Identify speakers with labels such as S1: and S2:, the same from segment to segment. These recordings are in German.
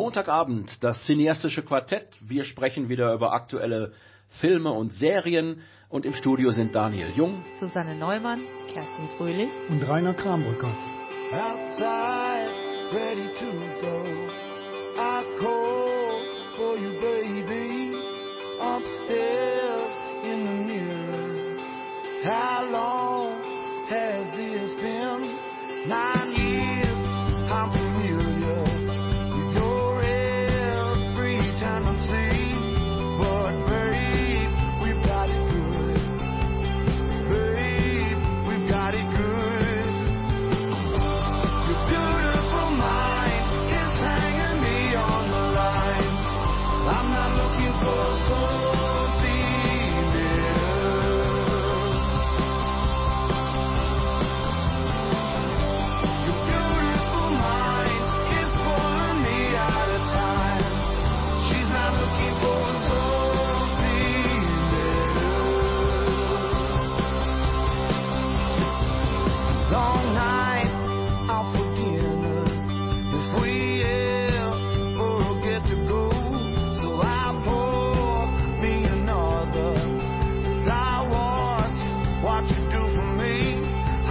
S1: Montagabend, das cineastische Quartett. Wir sprechen wieder über aktuelle Filme und Serien. Und im Studio sind Daniel Jung,
S2: Susanne Neumann, Kerstin Fröhlich.
S3: und Rainer Kramrückers.
S4: outside, ready to go. I call for you, baby. Upstairs in the mirror. How long has this been? Nine years. I'm familiar with your every time I see. But babe, we've got it good. Babe, we've got it good. Your beautiful mind is hanging me on the line. I'm not looking for something Your beautiful mind is pulling me out of time. She's not looking for something long night out for dinner. If we ever get to go, so I pour me another. As I watch what you do for me.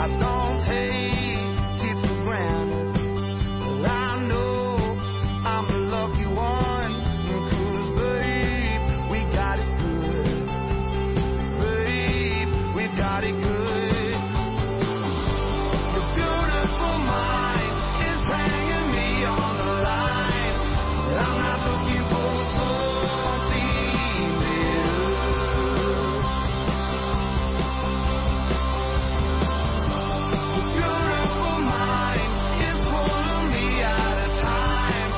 S4: I don't take it for granted. Well, I know I'm the lucky one. 'cause babe, we got it good. Babe, we got it good. Your beautiful mind is hanging me on the line. I'm not looking for something else. Your beautiful mind is pulling me out of time.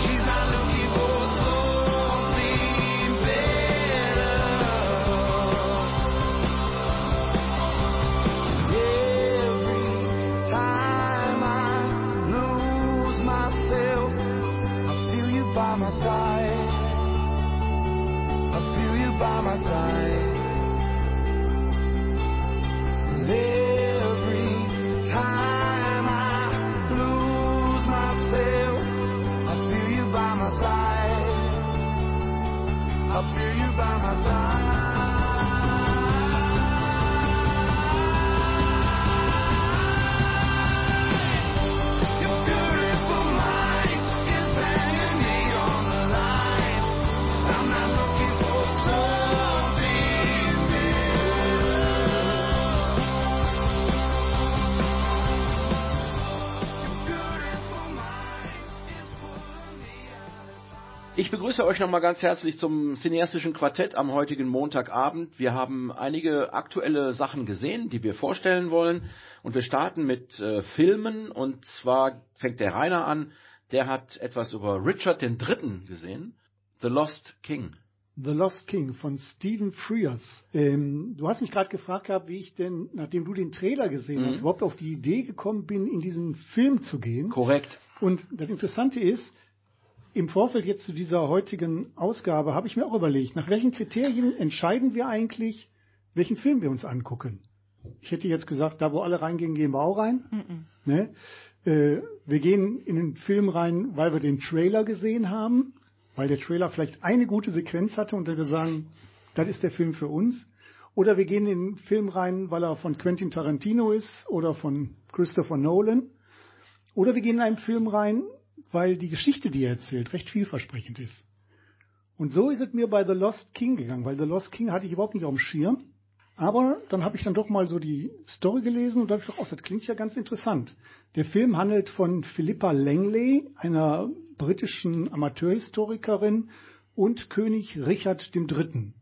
S4: She's not looking for something better. Every time I lose myself, I feel you by my side. I feel you by my side. And every time I lose myself, I feel you by my side. I feel you by my side. Your beautiful mind is hanging me on the line. I'm not looking for something
S1: Ich begrüße euch nochmal ganz herzlich zum cineastischen Quartett am heutigen Montagabend. Wir haben einige aktuelle Sachen gesehen, die wir vorstellen wollen. Und wir starten mit äh, Filmen. Und zwar fängt der Rainer an. Der hat etwas über Richard III. gesehen. The Lost King.
S3: The Lost King von Stephen Frears. Ähm, du hast mich gerade gefragt gehabt, wie ich denn, nachdem du den Trailer gesehen hast, überhaupt auf die Idee gekommen bin, in diesen Film zu gehen.
S1: Korrekt.
S3: Und das Interessante ist, im Vorfeld jetzt zu dieser heutigen Ausgabe habe ich mir auch überlegt, nach welchen Kriterien entscheiden wir eigentlich, welchen Film wir uns angucken. Ich hätte jetzt gesagt, da wo alle reingehen, gehen wir auch rein. Ne? Äh, wir gehen in den Film rein, weil wir den Trailer gesehen haben, weil der Trailer vielleicht eine gute Sequenz hatte und dann wir sagen, das ist der Film für uns. Oder wir gehen in den Film rein, weil er von Quentin Tarantino ist oder von Christopher Nolan. Oder wir gehen in einen Film rein, weil die Geschichte, die er erzählt, recht vielversprechend ist. Und so ist es mir bei The Lost King gegangen, weil The Lost King hatte ich überhaupt nicht auf dem Schirm. Aber dann habe ich dann doch mal so die Story gelesen und da habe ich gedacht, oh, das klingt ja ganz interessant. Der Film handelt von Philippa Langley, einer britischen Amateurhistorikerin und König Richard III.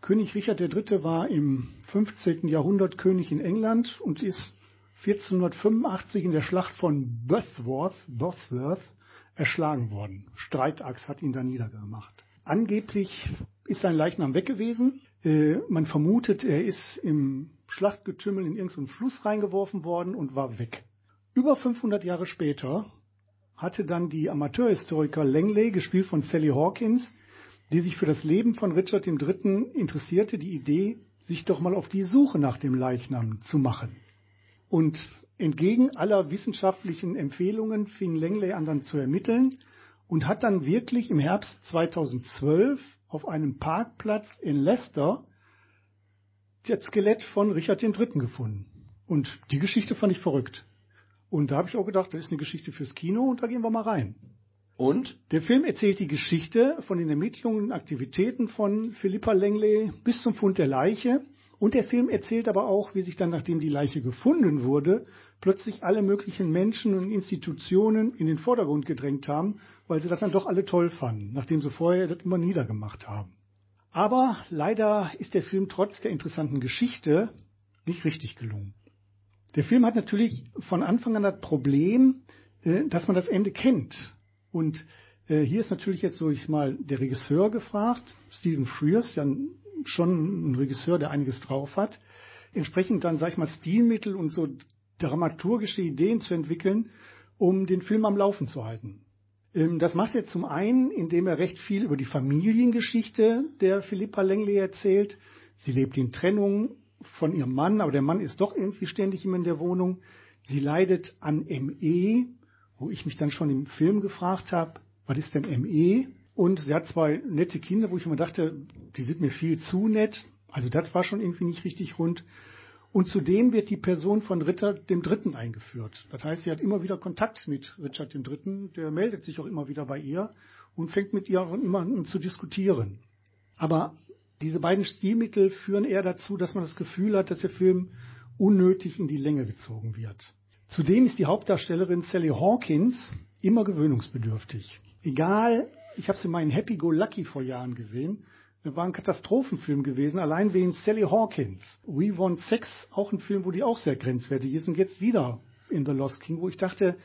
S3: König Richard III. war im 15. Jahrhundert König in England und ist 1485 in der Schlacht von Bosworth, Bosworth erschlagen worden. Streitachs hat ihn da niedergemacht. Angeblich ist sein Leichnam weg gewesen. Äh, man vermutet, er ist im Schlachtgetümmel in irgendeinen Fluss reingeworfen worden und war weg. Über 500 Jahre später hatte dann die Amateurhistoriker Langley, gespielt von Sally Hawkins, die sich für das Leben von Richard III. interessierte, die Idee, sich doch mal auf die Suche nach dem Leichnam zu machen. Und entgegen aller wissenschaftlichen Empfehlungen fing Langley an dann zu ermitteln und hat dann wirklich im Herbst 2012 auf einem Parkplatz in Leicester das Skelett von Richard III. gefunden. Und die Geschichte fand ich verrückt. Und da habe ich auch gedacht, das ist eine Geschichte fürs Kino und da gehen wir mal rein.
S1: Und?
S3: Der Film erzählt die Geschichte von den Ermittlungen und Aktivitäten von Philippa Langley bis zum Fund der Leiche. Und der Film erzählt aber auch, wie sich dann, nachdem die Leiche gefunden wurde, plötzlich alle möglichen Menschen und Institutionen in den Vordergrund gedrängt haben, weil sie das dann doch alle toll fanden, nachdem sie vorher das immer niedergemacht haben. Aber leider ist der Film trotz der interessanten Geschichte nicht richtig gelungen. Der Film hat natürlich von Anfang an das Problem, äh, dass man das Ende kennt. Und äh, hier ist natürlich jetzt, so ich mal, der Regisseur gefragt. Stephen Frears, ist ja n- schon ein Regisseur, der einiges drauf hat. Entsprechend dann, sag ich mal, Stilmittel und so dramaturgische Ideen zu entwickeln, um den Film am Laufen zu halten. Ähm, das macht er zum einen, indem er recht viel über die Familiengeschichte der Philippa Langley erzählt. Sie lebt in Trennung von ihrem Mann, aber der Mann ist doch irgendwie ständig immer in der Wohnung. Sie leidet an ME, wo ich mich dann schon im Film gefragt habe, was ist denn ME? Und sie hat zwei nette Kinder, wo ich immer dachte, die sind mir viel zu nett. Also das war schon irgendwie nicht richtig rund. Und zudem wird die Person von Ritter dem Dritten eingeführt. Das heißt, sie hat immer wieder Kontakt mit Richard dem Dritten. Der meldet sich auch immer wieder bei ihr und fängt mit ihr auch immer an zu diskutieren. Aber diese beiden Stilmittel führen eher dazu, dass man das Gefühl hat, dass der Film unnötig in die Länge gezogen wird. Zudem ist die Hauptdarstellerin Sally Hawkins immer gewöhnungsbedürftig. Egal, ich habe sie mal in Happy Go Lucky vor Jahren gesehen. Das war ein Katastrophenfilm gewesen, allein wegen Sally Hawkins. We Want Sex, auch ein Film, wo die auch sehr grenzwertig ist. Und jetzt wieder in The Lost King, wo ich dachte,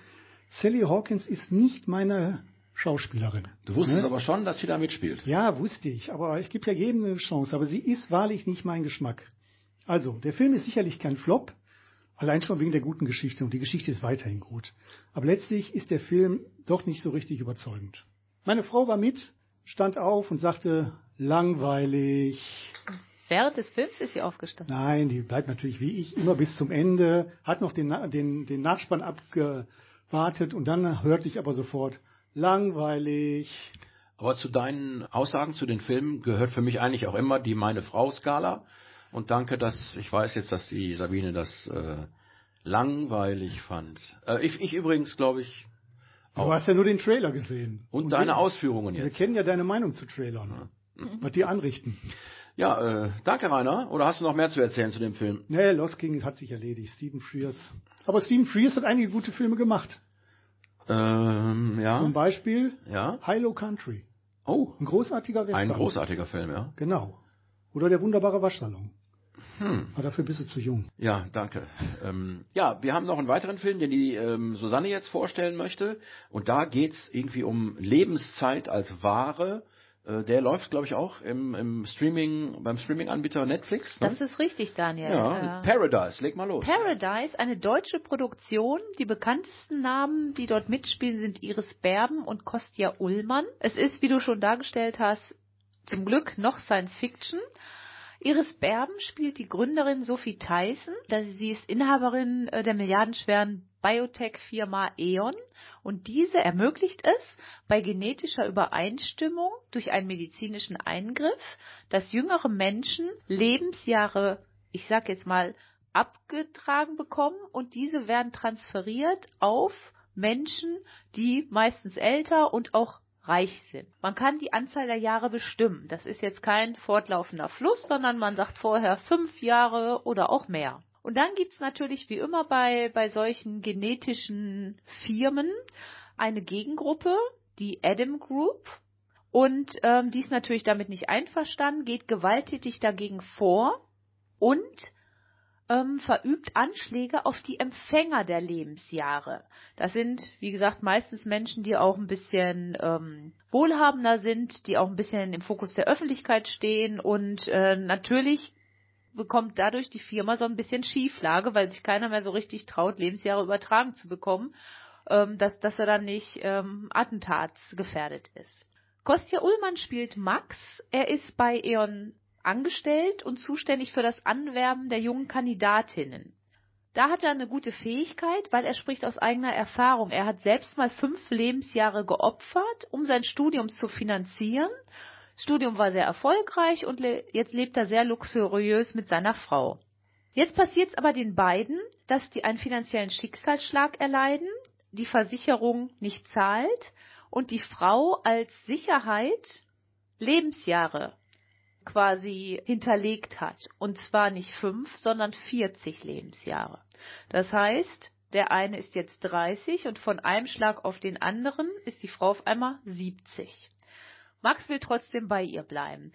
S3: Sally Hawkins ist nicht meine Schauspielerin. Ne?
S1: Du wusstest
S3: Hm?
S1: aber schon, dass sie da mitspielt.
S3: Ja, wusste ich, aber ich gebe ja jedem eine Chance. Aber sie ist wahrlich nicht mein Geschmack. Also, der Film ist sicherlich kein Flop, allein schon wegen der guten Geschichte. Und die Geschichte ist weiterhin gut. Aber letztlich ist der Film doch nicht so richtig überzeugend. Meine Frau war mit, stand auf und sagte, langweilig.
S5: Während des Films ist sie aufgestanden.
S3: Nein, die bleibt natürlich wie ich immer bis zum Ende, hat noch den, Na- den, den Nachspann abgewartet und dann hörte ich aber sofort, langweilig.
S1: Aber zu deinen Aussagen zu den Filmen gehört für mich eigentlich auch immer die Meine Frau-Skala. Und danke, dass ich weiß jetzt, dass die Sabine das äh, langweilig fand. Äh, ich, ich übrigens, glaube ich,
S3: Du hast ja nur den Trailer gesehen.
S1: Und deine
S3: wir-
S1: Ausführungen
S3: Wir
S1: jetzt.
S3: kennen ja deine Meinung zu Trailern. Was die anrichten.
S1: Ja, äh, danke Rainer. Oder hast du noch mehr zu erzählen zu dem Film?
S3: Nee, Lost King hat sich erledigt. Stephen Frears. Aber Stephen Frears hat einige gute Filme gemacht.
S1: Ähm, ja.
S3: Zum Beispiel
S1: Ja.
S3: High Low Country.
S1: Oh,
S3: Ein großartiger Western.
S1: ein großartiger Film, ja.
S3: Genau. Oder der wunderbare Waschsalon.
S1: Hm.
S3: Aber dafür bist du zu jung.
S1: Ja, danke. Ähm, ja, wir haben noch einen weiteren Film, den die ähm, Susanne jetzt vorstellen möchte. Und da geht's irgendwie um Lebenszeit als Ware. Äh, der läuft, glaube ich, auch im, im Streaming, beim Streaming-Anbieter Netflix. Ne?
S5: Das ist richtig, Daniel.
S1: ja,
S5: Äh,
S1: Paradise, leg mal los.
S5: Paradise, eine deutsche Produktion. Die bekanntesten Namen, die dort mitspielen, sind Iris Berben und Kostja Ullmann. Es ist, wie du schon dargestellt hast, zum Glück noch Science Fiction. Iris Berben spielt die Gründerin Sophie Tyson. Da- Sie ist Inhaberin äh, der milliardenschweren Biotech-Firma E.ON und diese ermöglicht es, bei genetischer Übereinstimmung durch einen medizinischen Eingriff, dass jüngere Menschen Lebensjahre, ich sag jetzt mal, abgetragen bekommen und diese werden transferiert auf Menschen, die meistens älter und auch reich sind. Man kann die Anzahl der Jahre bestimmen. Das ist jetzt kein fortlaufender Fluss, sondern man sagt vorher fünf Jahre oder auch mehr. Und dann gibt's natürlich wie immer bei, bei solchen genetischen Firmen eine Gegengruppe, die Adam Group. Und ähm, die ist natürlich damit nicht einverstanden, geht gewalttätig dagegen vor und ähm, verübt Anschläge auf die Empfänger der Lebensjahre. Das sind, wie gesagt, meistens Menschen, die auch ein bisschen ähm, wohlhabender sind, die auch ein bisschen im Fokus der Öffentlichkeit stehen und äh, natürlich bekommt dadurch die Firma so ein bisschen Schieflage, weil sich keiner mehr so richtig traut, Lebensjahre übertragen zu bekommen, ähm, dass, dass er dann nicht ähm, attentatsgefährdet ist. Kostja Ullmann spielt Max. Er ist bei E.ON angestellt und zuständig für das Anwerben der jungen Kandidatinnen. Da hat er eine gute Fähigkeit, weil er spricht aus eigener Erfahrung. Er hat selbst mal fünf Lebensjahre geopfert, um sein Studium zu finanzieren. Studium war sehr erfolgreich und le jetzt lebt er sehr luxuriös mit seiner Frau. Jetzt passiert es aber den beiden, dass die einen finanziellen Schicksalsschlag erleiden, die Versicherung nicht zahlt und die Frau als Sicherheit Lebensjahre quasi hinterlegt hat. Und zwar nicht fünf, sondern 40 Lebensjahre. Das heißt, der eine ist jetzt 30 und von einem Schlag auf den anderen ist die Frau auf einmal 70. Max will trotzdem bei ihr bleiben.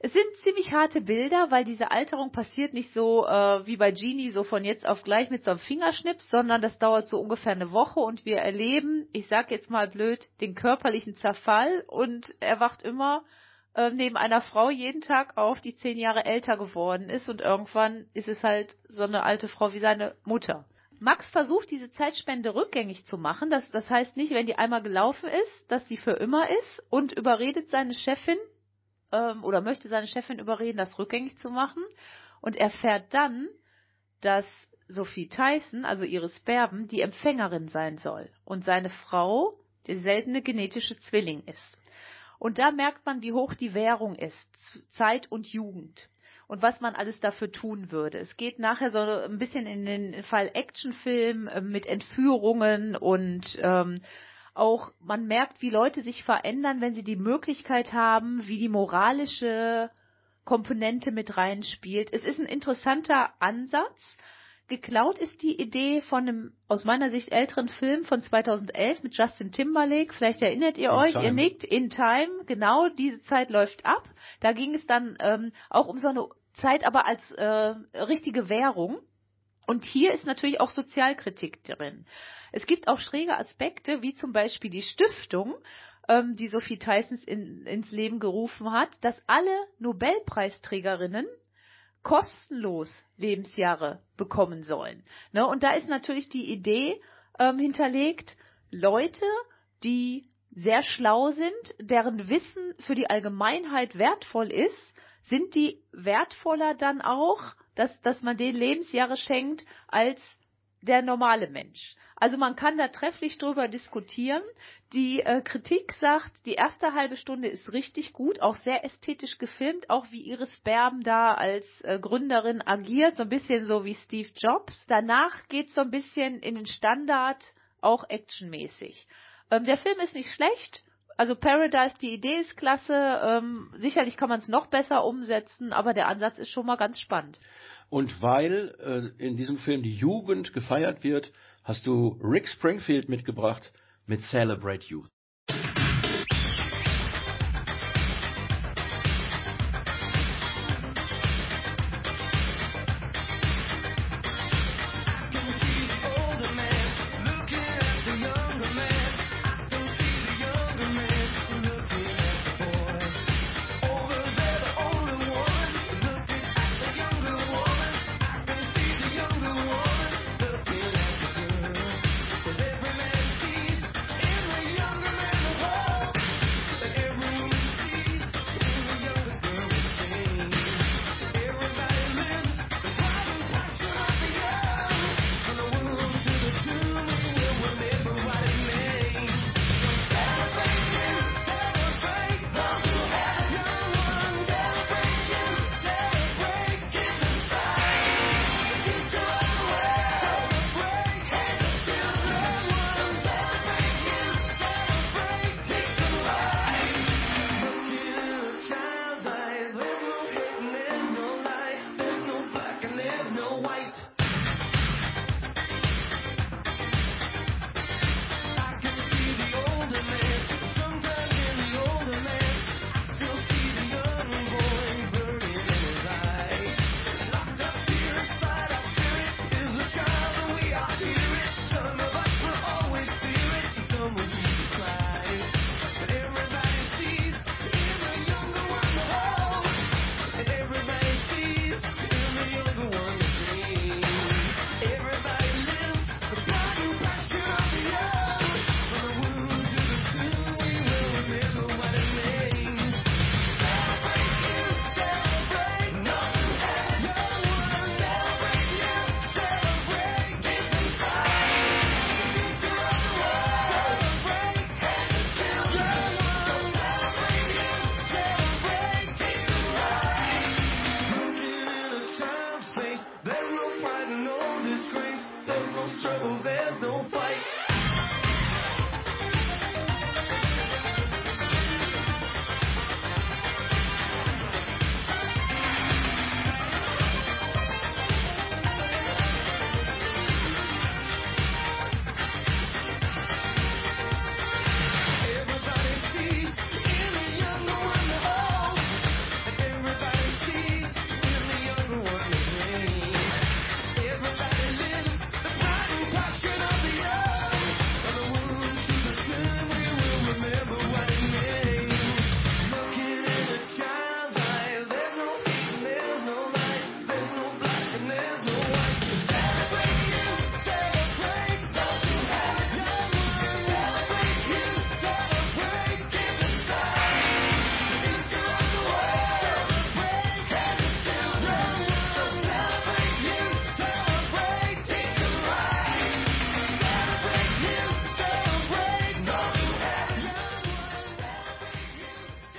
S5: Es sind ziemlich harte Bilder, weil diese Alterung passiert nicht so äh, wie bei Genie so von jetzt auf gleich mit so einem Fingerschnips, sondern das dauert so ungefähr eine Woche und wir erleben, ich sag jetzt mal blöd, den körperlichen Zerfall und er wacht immer äh, neben einer Frau jeden Tag auf, die zehn Jahre älter geworden ist und irgendwann ist es halt so eine alte Frau wie seine Mutter. Max versucht, diese Zeitspende rückgängig zu machen. Das, das heißt nicht, wenn die einmal gelaufen ist, dass sie für immer ist und überredet seine Chefin, ähm, oder möchte seine Chefin überreden, das rückgängig zu machen und erfährt dann, dass Sophie Tyson, also Iris Berben, die Empfängerin sein soll und seine Frau der seltene genetische Zwilling ist. Und da merkt man, wie hoch die Währung ist, Z- Zeit und Jugend. Und was man alles dafür tun würde. Es geht nachher so ein bisschen in den Fall Actionfilm äh, mit Entführungen und ähm, auch, man merkt, wie Leute sich verändern, wenn sie die Möglichkeit haben, wie die moralische Komponente mit reinspielt. Es ist ein interessanter Ansatz. Geklaut ist die Idee von einem aus meiner Sicht älteren Film von 2011 mit Justin Timberlake. Vielleicht erinnert ihr
S1: In
S5: euch, ihr
S1: Time.
S5: nickt, In Time, genau diese Zeit läuft ab. Da ging es dann ähm, auch um so eine Zeit, aber als äh, richtige Währung. Und hier ist natürlich auch Sozialkritik drin. Es gibt auch schräge Aspekte, wie zum Beispiel die Stiftung, ähm, die Sophie Tysons in, ins Leben gerufen hat, dass alle Nobelpreisträgerinnen kostenlos Lebensjahre bekommen sollen. Ne? Und da ist natürlich die Idee ähm, hinterlegt, Leute, die sehr schlau sind, deren Wissen für die Allgemeinheit wertvoll ist, sind die wertvoller dann auch, dass, dass man denen Lebensjahre schenkt, als der normale Mensch. Also man kann da trefflich drüber diskutieren. Die äh, Kritik sagt, die erste halbe Stunde ist richtig gut, auch sehr ästhetisch gefilmt, auch wie Iris Berben da als äh, Gründerin agiert, so ein bisschen so wie Steve Jobs. Danach geht's so ein bisschen in den Standard, auch actionmäßig. Ähm, der Film ist nicht schlecht. Also Paradise, die Idee ist klasse. Ähm, sicherlich kann man es noch besser umsetzen, aber der Ansatz ist schon mal ganz spannend.
S1: Und weil äh, in diesem Film die Jugend gefeiert wird, hast du Rick Springfield mitgebracht mit Celebrate Youth.
S4: Younger oh.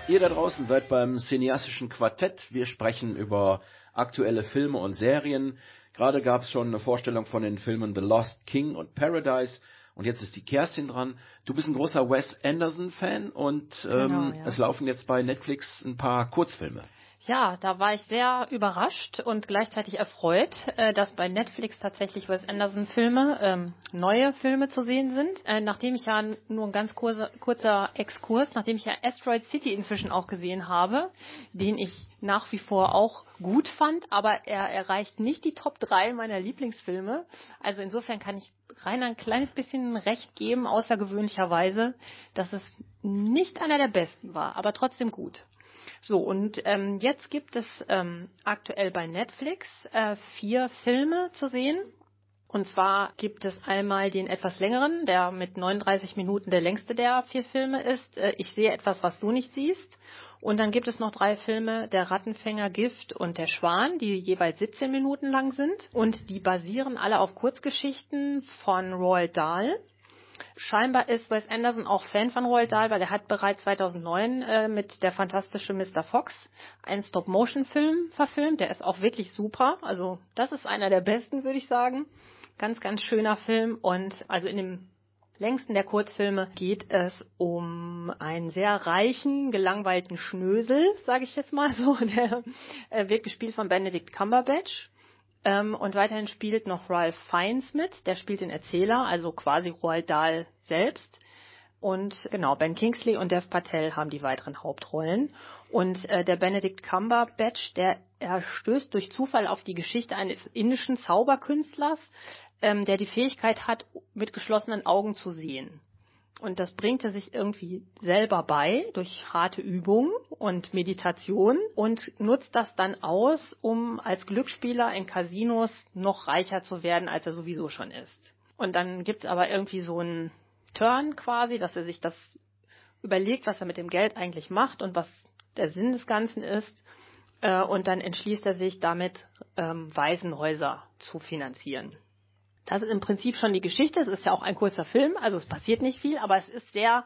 S1: Ihr da draußen seid beim cineastischen Quartett. Wir sprechen über aktuelle Filme und Serien. Gerade gab es schon eine Vorstellung von den Filmen The Lost King und Paradise. Und jetzt ist die Kerstin dran. Du bist ein großer Wes Anderson-Fan und ähm,
S2: Genau, ja.
S1: es laufen jetzt bei Netflix ein paar Kurzfilme.
S5: Ja, da war ich sehr überrascht und gleichzeitig erfreut, äh, dass bei Netflix tatsächlich Wes Anderson Filme, ähm, neue Filme zu sehen sind. Äh, nachdem ich ja nur ein ganz kurzer, kurzer Exkurs, nachdem ich ja Asteroid City inzwischen auch gesehen habe, den ich nach wie vor auch gut fand, aber er erreicht nicht die Top 3 meiner Lieblingsfilme. Also insofern kann ich Rainer ein kleines bisschen recht geben, außergewöhnlicherweise, dass es nicht einer der besten war, aber trotzdem gut. So, und ähm, jetzt gibt es ähm, aktuell bei Netflix äh, vier Filme zu sehen. Und zwar gibt es einmal den etwas längeren, der mit 39 Minuten der längste der vier Filme ist. Äh, ich sehe etwas, was du nicht siehst. Und dann gibt es noch drei Filme, der Rattenfänger, Gift und der Schwan, die jeweils 17 Minuten lang sind. Und die basieren alle auf Kurzgeschichten von Roald Dahl. Scheinbar ist Wes Anderson auch Fan von Roald Dahl, weil er hat bereits 2009 äh, mit der fantastische Mr. Fox einen Stop-Motion-Film verfilmt. Der ist auch wirklich super. Also das ist einer der besten, würde ich sagen. Ganz, ganz schöner Film. Und also in dem längsten der Kurzfilme geht es um einen sehr reichen, gelangweilten Schnösel, sage ich jetzt mal so. Der äh, wird gespielt von Benedict Cumberbatch. Ähm, und weiterhin spielt noch Ralph Fiennes mit, der spielt den Erzähler, also quasi Roald Dahl selbst. Und genau, Ben Kingsley und Dev Patel haben die weiteren Hauptrollen. Und äh, der Benedict Cumberbatch, der er stößt durch Zufall auf die Geschichte eines indischen Zauberkünstlers, ähm, der die Fähigkeit hat, mit geschlossenen Augen zu sehen. Und das bringt er sich irgendwie selber bei durch harte Übung und Meditation und nutzt das dann aus, um als Glücksspieler in Casinos noch reicher zu werden, als er sowieso schon ist. Und dann gibt's aber irgendwie so einen Turn quasi, dass er sich das überlegt, was er mit dem Geld eigentlich macht und was der Sinn des Ganzen ist. Äh, Und dann entschließt er sich damit, ähm, Waisenhäuser zu finanzieren. Das ist im Prinzip schon die Geschichte. Es ist ja auch ein kurzer Film, also es passiert nicht viel, aber es ist sehr,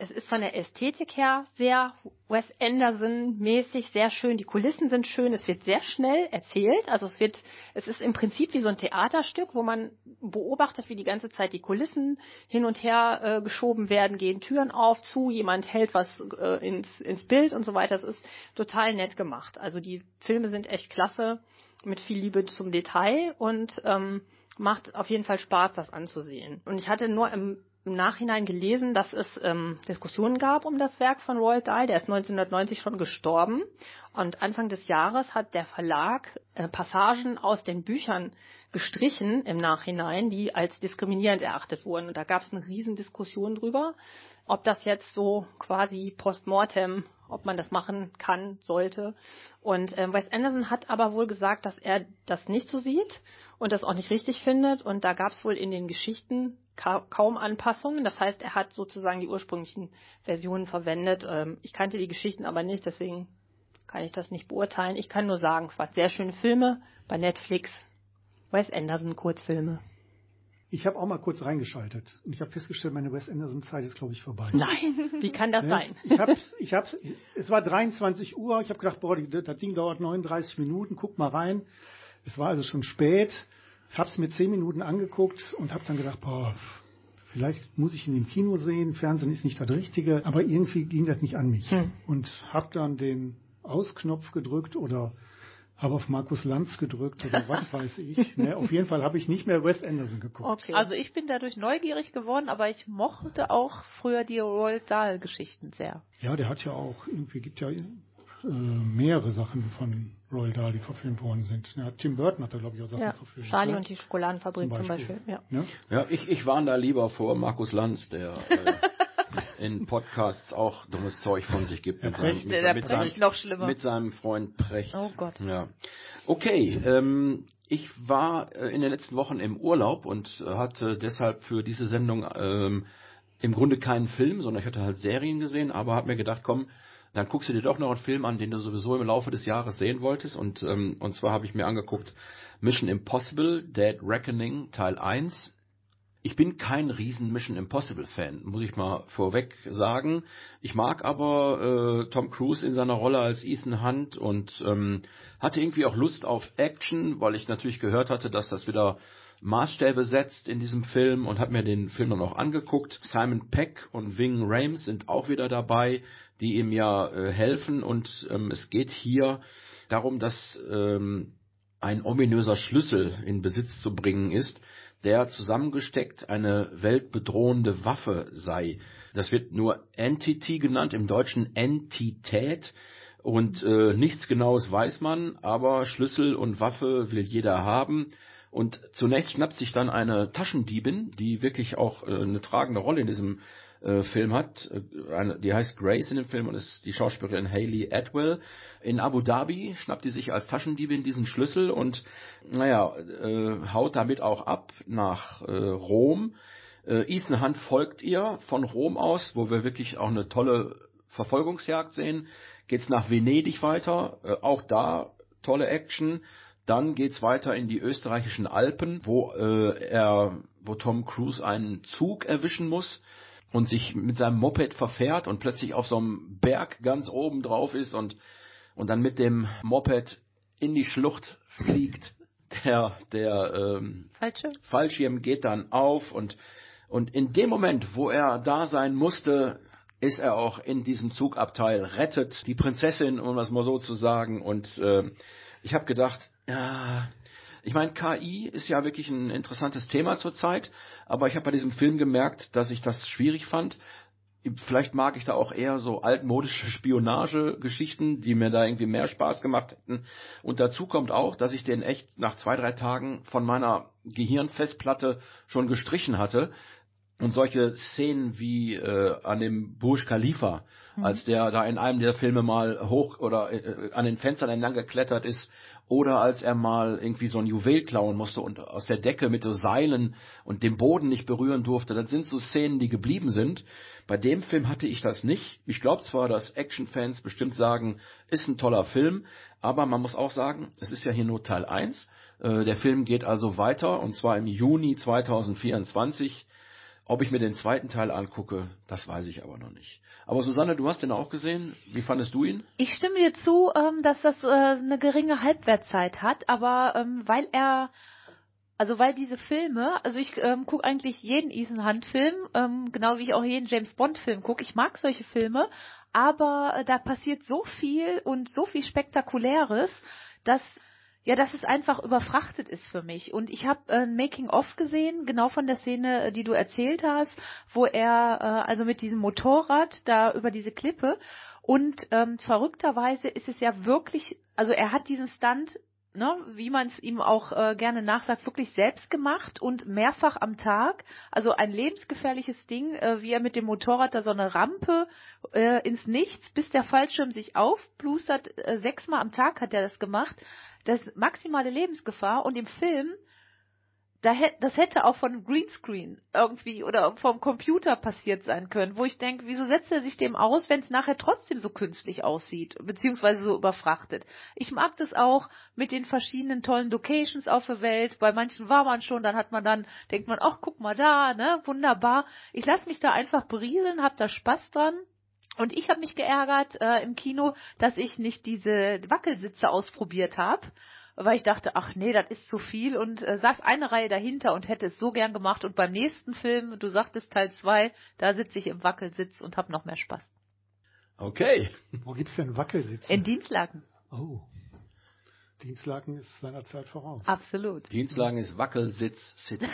S5: es ist von der Ästhetik her sehr Wes Anderson-mäßig, sehr schön. Die Kulissen sind schön, es wird sehr schnell erzählt. Also es wird, es ist im Prinzip wie so ein Theaterstück, wo man beobachtet, wie die ganze Zeit die Kulissen hin und her äh, geschoben werden, gehen Türen auf, zu, jemand hält was äh, ins, ins Bild und so weiter. Es ist total nett gemacht. Also die Filme sind echt klasse mit viel Liebe zum Detail und ähm, macht auf jeden Fall Spaß, das anzusehen. Und ich hatte nur im, im Nachhinein gelesen, dass es ähm, Diskussionen gab um das Werk von Roald Dahl. Der ist 1990 schon gestorben und Anfang des Jahres hat der Verlag äh, Passagen aus den Büchern gestrichen im Nachhinein, die als diskriminierend erachtet wurden. Und da gab es eine riesen Diskussion drüber, ob das jetzt so quasi postmortem ob man das machen kann, sollte. Und ähm, Wes Anderson hat aber wohl gesagt, dass er das nicht so sieht und das auch nicht richtig findet. Und da gab es wohl in den Geschichten ka kaum Anpassungen. Das heißt, er hat sozusagen die ursprünglichen Versionen verwendet. Ähm, ich kannte die Geschichten aber nicht, deswegen kann ich das nicht beurteilen. Ich kann nur sagen, es waren sehr schöne Filme bei Netflix. Wes Anderson Kurzfilme.
S3: Ich habe auch mal kurz reingeschaltet und ich habe festgestellt, meine Wes Anderson-Zeit ist, glaube ich, vorbei.
S5: Nein, wie kann das
S3: Ne?
S5: sein?
S3: Ich hab's, ich hab's, es war 23 Uhr, ich habe gedacht, boah, die- das Ding dauert 39 Minuten, guck mal rein. Es war also schon spät, ich habe es mir 10 Minuten angeguckt und habe dann gedacht, boah, vielleicht muss ich ihn im Kino sehen, Fernsehen ist nicht das Richtige, aber irgendwie ging das nicht an mich.
S5: Hm.
S3: Und habe dann den Ausknopf gedrückt oder habe auf Markus Lanz gedrückt oder was weiß ich. Ne? Auf jeden Fall habe ich nicht mehr Wes Anderson geguckt.
S5: Okay.
S2: Also ich bin dadurch neugierig geworden, aber ich mochte auch früher die Roald Dahl Geschichten sehr.
S3: Ja, der hat ja auch, irgendwie gibt ja äh, mehrere Sachen von Roald Dahl, die verfilmt worden sind. Ja, Tim Burton hat da, glaube ich, auch Sachen
S5: ja,
S3: verfilmt.
S5: Charlie
S3: ne?
S5: und die Schokoladenfabrik zum Beispiel. Ja.
S3: Ne?
S1: Ja, ich, ich warne da lieber vor Markus Lanz, der äh, in Podcasts auch dummes Zeug von sich gibt.
S3: Der Precht.
S1: mit,
S2: Der- der
S1: mit
S2: Precht
S1: seinem,
S2: noch schlimmer.
S1: Mit seinem Freund Precht.
S2: Oh Gott.
S1: Ja. Okay, ähm, ich war äh, in den letzten Wochen im Urlaub und äh, hatte deshalb für diese Sendung ähm, im Grunde keinen Film, sondern ich hatte halt Serien gesehen, aber habe mir gedacht, komm, dann guckst du dir doch noch einen Film an, den du sowieso im Laufe des Jahres sehen wolltest. Und, ähm, und zwar habe ich mir angeguckt Mission Impossible, Dead Reckoning, Teil 1. Ich bin kein riesen Mission Impossible Fan, muss ich mal vorweg sagen. Ich mag aber äh, Tom Cruise in seiner Rolle als Ethan Hunt und ähm, hatte irgendwie auch Lust auf Action, weil ich natürlich gehört hatte, dass das wieder Maßstäbe setzt in diesem Film und habe mir den Film dann auch angeguckt. Simon Peck und Ving Rhames sind auch wieder dabei, die ihm ja äh, helfen und ähm, es geht hier darum, dass ähm, ein ominöser Schlüssel in Besitz zu bringen ist, der zusammengesteckt eine weltbedrohende Waffe sei. Das wird nur Entity genannt, im Deutschen Entität. Und äh, nichts Genaues weiß man, aber Schlüssel und Waffe will jeder haben. Und zunächst schnappt sich dann eine Taschendiebin, die wirklich auch äh, eine tragende Rolle in diesem äh, Film hat. Äh, Eine, die heißt Grace in dem Film und ist die Schauspielerin Hayley Atwell. In Abu Dhabi schnappt die sich als Taschendiebin diesen Schlüssel und naja, äh, haut damit auch ab nach äh, Rom. Äh, Ethan Hunt folgt ihr von Rom aus, wo wir wirklich auch eine tolle Verfolgungsjagd sehen. Geht's nach Venedig weiter, äh, auch da tolle Action. Dann geht's weiter in die österreichischen Alpen, wo äh, er, wo Tom Cruise einen Zug erwischen muss und sich mit seinem Moped verfährt und plötzlich auf so einem Berg ganz oben drauf ist und und dann mit dem Moped in die Schlucht fliegt. Der der ähm,
S5: Falsche?
S1: Fallschirm geht dann auf und, und in dem Moment, wo er da sein musste, ist er auch in diesem Zugabteil, rettet die Prinzessin, um das mal so zu sagen. Und äh, ich habe gedacht, ja, ich meine, KI ist ja wirklich ein interessantes Thema zurzeit, aber ich habe bei diesem Film gemerkt, dass ich das schwierig fand. Vielleicht mag ich da auch eher so altmodische Spionagegeschichten, die mir da irgendwie mehr Spaß gemacht hätten. Und dazu kommt auch, dass ich den echt nach zwei, drei Tagen von meiner Gehirnfestplatte schon gestrichen hatte. Und solche Szenen wie äh, an dem Burj Khalifa, als der da in einem der Filme mal hoch oder äh, an den Fenstern entlang geklettert ist, oder als er mal irgendwie so ein Juwel klauen musste und aus der Decke mit so Seilen und dem Boden nicht berühren durfte, das sind so Szenen, die geblieben sind. Bei dem Film hatte ich das nicht. Ich glaube zwar, dass Actionfans bestimmt sagen, ist ein toller Film, aber man muss auch sagen, es ist ja hier nur Teil 1. Äh, der Film geht also weiter und zwar im Juni 2024. Ob ich mir den zweiten Teil angucke, das weiß ich aber noch nicht. Aber Susanne, du hast den auch gesehen. Wie fandest du ihn?
S5: Ich stimme dir zu, ähm, dass das äh, eine geringe Halbwertzeit hat, aber ähm, weil er, also weil diese Filme, also ich ähm, gucke eigentlich jeden Ethan Hunt Film, ähm, genau wie ich auch jeden James Bond Film gucke. Ich mag solche Filme, aber äh, da passiert so viel und so viel Spektakuläres, dass ja, dass es einfach überfrachtet ist für mich. Und ich habe ein Making-of gesehen, genau von der Szene, äh, die du erzählt hast, wo er äh, also mit diesem Motorrad da über diese Klippe und ähm, verrückterweise ist es ja wirklich, also er hat diesen Stunt, ne, wie man es ihm auch äh, gerne nachsagt, wirklich selbst gemacht und mehrfach am Tag. Also ein lebensgefährliches Ding, äh, wie er mit dem Motorrad da so eine Rampe äh, ins Nichts, bis der Fallschirm sich aufplustert. Äh, sechsmal am Tag hat er das gemacht. Das ist maximale Lebensgefahr und im Film da hä- das hätte auch von einem Greenscreen irgendwie oder vom Computer passiert sein können, wo ich denke, wieso setzt er sich dem aus, wenn es nachher trotzdem so künstlich aussieht, beziehungsweise so überfrachtet. Ich mag das auch mit den verschiedenen tollen Locations auf der Welt. Bei manchen war man schon, dann hat man dann, denkt man, ach, guck mal da, ne, wunderbar. Ich lasse mich da einfach berieseln, hab da Spaß dran. Und ich habe mich geärgert äh, im Kino, dass ich nicht diese Wackelsitze ausprobiert habe weil ich dachte, ach nee, das ist zu viel und äh, saß eine Reihe dahinter und hätte es so gern gemacht und beim nächsten Film, du sagtest Teil 2, da sitze ich im Wackelsitz und hab noch mehr Spaß.
S1: Okay.
S3: Wo gibt's denn Wackelsitze?
S5: In Dienstlaken,
S3: oh. Dienstlaken ist seiner Zeit voraus.
S5: Ah. absolut.
S1: Dienstlagen ist Wackelsitz City.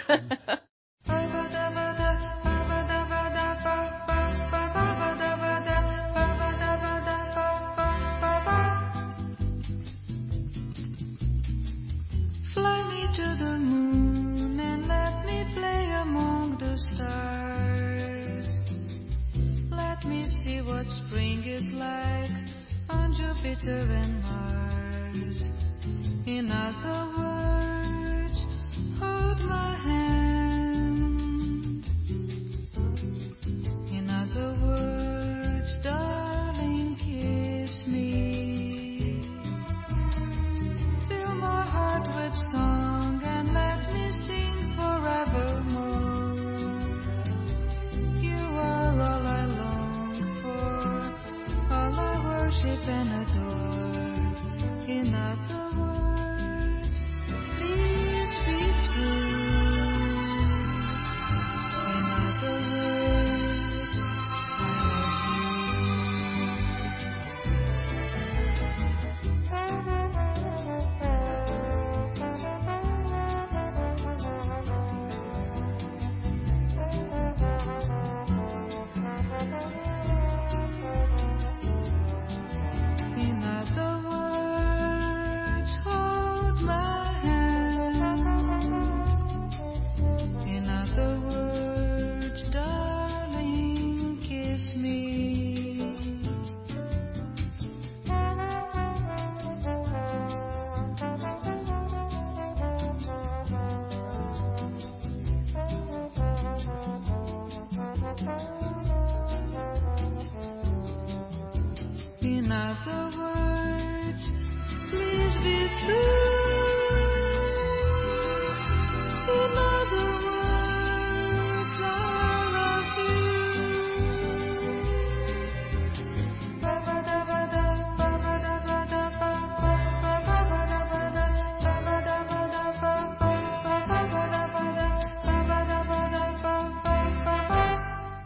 S4: Fly me to the moon and let me play among the stars. Let me see what spring is like on Jupiter and Mars. In other words, hold my hand. In other words, darling, kiss me. Fill my heart with song and let me sing forevermore.
S6: worship and adore. In other words, please be true. In other words, In other words, hold my hand. In other words, darling, kiss me. In other words, please be true. In other words, I love you. Ba ba da ba da, ba ba da ba da ba, ba ba ba ba da ba da, ba ba da ba da ba, ba ba ba ba da ba da, ba ba da ba da ba, ba ba ba.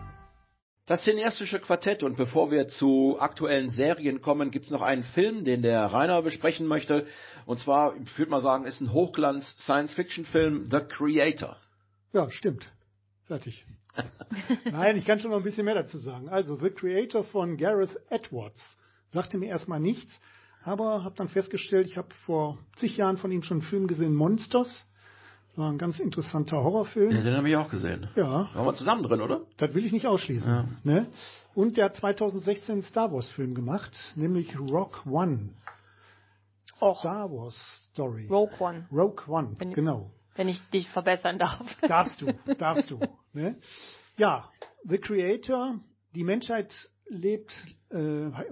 S1: Das cineastische Quartett und bevor wir zu aktuellen Serien kommen, gibt's noch einen Film, den der Rainer besprechen möchte. Und zwar, ich würde mal sagen, ist ein Hochglanz-Science-Fiction-Film The Creator.
S3: Ja, stimmt. Fertig. Nein, ich kann schon noch ein bisschen mehr dazu sagen. Also, The Creator von Gareth Edwards sagte mir erstmal nichts, aber habe dann festgestellt, ich habe vor zig Jahren von ihm schon einen Film gesehen, Monsters. War ein ganz interessanter Horrorfilm.
S1: den habe ich auch gesehen.
S3: Ja,
S1: Waren wir zusammen drin, oder?
S3: das will ich nicht ausschließen.
S1: Ja.
S3: Ne? Und der hat 2016 einen Star Wars-Film gemacht, nämlich Rock One.
S5: Och.
S3: Star Wars Story.
S5: Rogue One,
S3: Rogue One,
S5: Wenn-
S3: genau.
S5: wenn ich dich verbessern darf.
S3: Darfst du, darfst du. Ne? Ja, The Creator, die Menschheit lebt äh,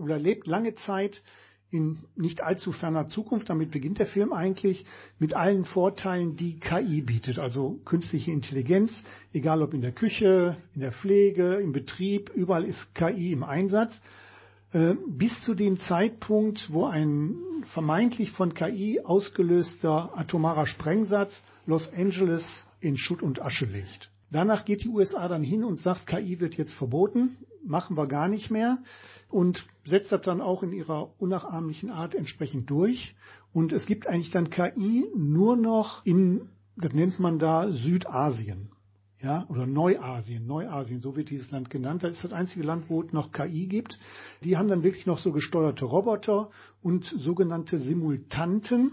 S3: oder lebt lange Zeit in nicht allzu ferner Zukunft, damit beginnt der Film eigentlich, mit allen Vorteilen, die KI bietet, also künstliche Intelligenz, egal ob in der Küche, in der Pflege, im Betrieb, überall ist KI im Einsatz Äh, bis zu dem Zeitpunkt, wo ein vermeintlich von KI ausgelöster atomarer Sprengsatz Los Angeles in Schutt und Asche legt. Danach geht die USA dann hin und sagt, KI wird jetzt verboten, machen wir gar nicht mehr und setzt das dann auch in ihrer unnachahmlichen Art entsprechend durch. Und es gibt eigentlich dann KI nur noch in, das nennt man da Südasien ja, oder Neuasien, Neuasien, so wird dieses Land genannt. Das ist das einzige Land, wo es noch KI gibt. Die haben dann wirklich noch so gesteuerte Roboter und sogenannte Simultanten.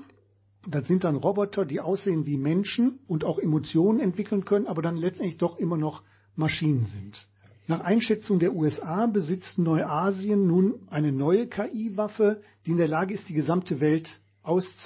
S3: Das sind dann Roboter, die aussehen wie Menschen und auch Emotionen entwickeln können, aber dann letztendlich doch immer noch Maschinen sind. Nach Einschätzung der USA besitzt Neuasien nun eine neue KI-Waffe, die in der Lage ist, die gesamte Welt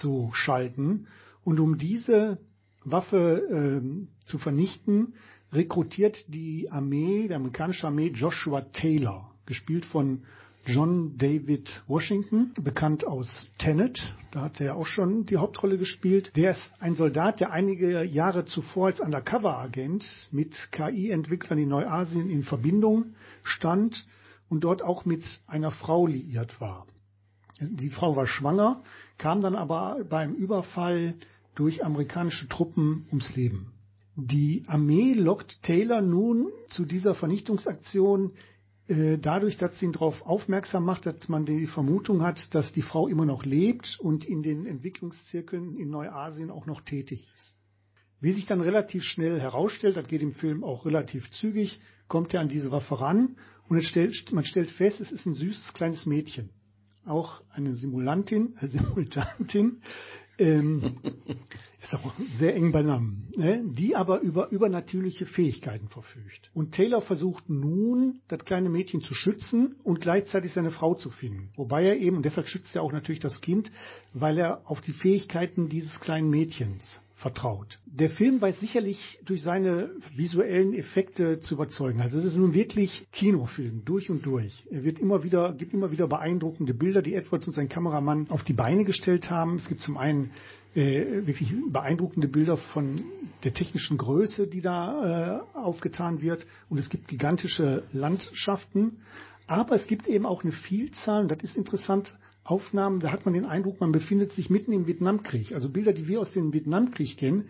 S3: auszuschalten. Und um diese Waffe ähm, zu vernichten, rekrutiert die Armee, die amerikanische Armee Joshua Taylor, gespielt von John David Washington, bekannt aus Tenet, da hat er auch schon die Hauptrolle gespielt. Der ist ein Soldat, der einige Jahre zuvor als Undercover-Agent mit KI-Entwicklern in Neuasien in Verbindung stand und dort auch mit einer Frau liiert war. Die Frau war schwanger, kam dann aber beim Überfall durch amerikanische Truppen ums Leben. Die Armee lockt Taylor nun zu dieser Vernichtungsaktion äh, dadurch, dass sie ihn darauf aufmerksam macht, dass man die Vermutung hat, dass die Frau immer noch lebt und in den Entwicklungszirkeln in Neuasien auch noch tätig ist. Wie sich dann relativ schnell herausstellt, das geht im Film auch relativ zügig, kommt er an diese Waffe ran und es stellt, man stellt fest, es ist ein süßes kleines Mädchen. Auch eine Simulantin, äh, Simultantin, ähm, ist auch sehr eng beieinander, ne? die aber über übernatürliche Fähigkeiten verfügt. Und Taylor versucht nun, das kleine Mädchen zu schützen und gleichzeitig seine Frau zu finden. Wobei er eben, und deshalb schützt er auch natürlich das Kind, weil er auf die Fähigkeiten dieses kleinen Mädchens vertraut. Der Film weiß sicherlich durch seine visuellen Effekte zu überzeugen. Also es ist nun wirklich Kinofilm durch und durch. Er wird immer wieder gibt immer wieder beeindruckende Bilder, die Edwards und sein Kameramann auf die Beine gestellt haben. Es gibt zum einen äh, wirklich beeindruckende Bilder von der technischen Größe, die da äh, aufgetan wird. Und es gibt gigantische Landschaften. Aber es gibt eben auch eine Vielzahl, und das ist interessant, Aufnahmen, da hat man den Eindruck, man befindet sich mitten im Vietnamkrieg. Also Bilder, die wir aus dem Vietnamkrieg kennen,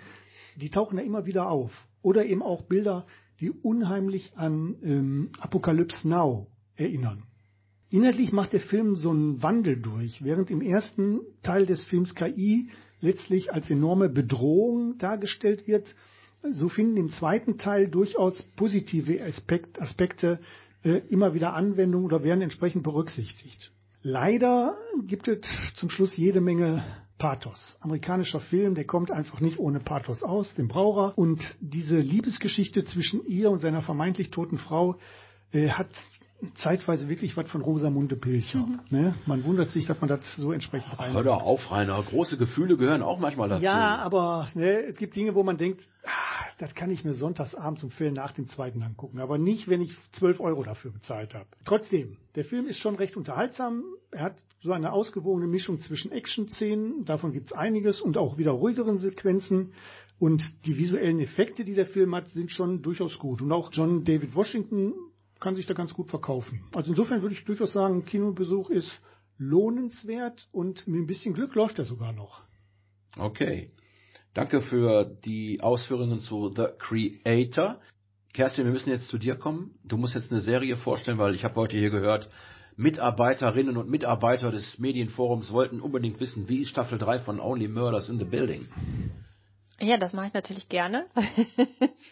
S3: die tauchen da immer wieder auf. Oder eben auch Bilder, die unheimlich an ähm, Apocalypse Now erinnern. Inhaltlich macht der Film so einen Wandel durch. Während im ersten Teil des Films KI letztlich als enorme Bedrohung dargestellt wird, so finden im zweiten Teil durchaus positive Aspekt, Aspekte äh, immer wieder Anwendung oder werden entsprechend berücksichtigt. Leider gibt es zum Schluss jede Menge Pathos. Amerikanischer Film, der kommt einfach nicht ohne Pathos aus, den Brauer. Und diese Liebesgeschichte zwischen ihr und seiner vermeintlich toten Frau äh, hat zeitweise wirklich was von Rosamunde Pilcher. Ne? Man wundert sich, dass man das so entsprechend
S1: Hör
S3: rein.
S1: doch auf, Rainer. Große Gefühle gehören auch manchmal dazu.
S3: Ja, aber ne, es gibt Dinge, wo man denkt, ah, das kann ich mir sonntagsabends um Viertel nach dem zweiten angucken. Aber nicht, wenn ich 12 Euro dafür bezahlt habe. Trotzdem, der Film ist schon recht unterhaltsam. Er hat so eine ausgewogene Mischung zwischen Action-Szenen, davon gibt es einiges, und auch wieder ruhigeren Sequenzen. Und die visuellen Effekte, die der Film hat, sind schon durchaus gut. Und auch John David Washington kann sich da ganz gut verkaufen. Also insofern würde ich durchaus sagen, Kinobesuch ist lohnenswert und mit ein bisschen Glück läuft er sogar noch.
S1: Okay. Danke für die Ausführungen zu The Creator. Kerstin, wir müssen jetzt zu dir kommen. Du musst jetzt eine Serie vorstellen, weil ich habe heute hier gehört, Mitarbeiterinnen und Mitarbeiter des Medienforums wollten unbedingt wissen, wie ist Staffel 3 von Only Murders in the Building.
S5: Ja, das mache ich natürlich gerne.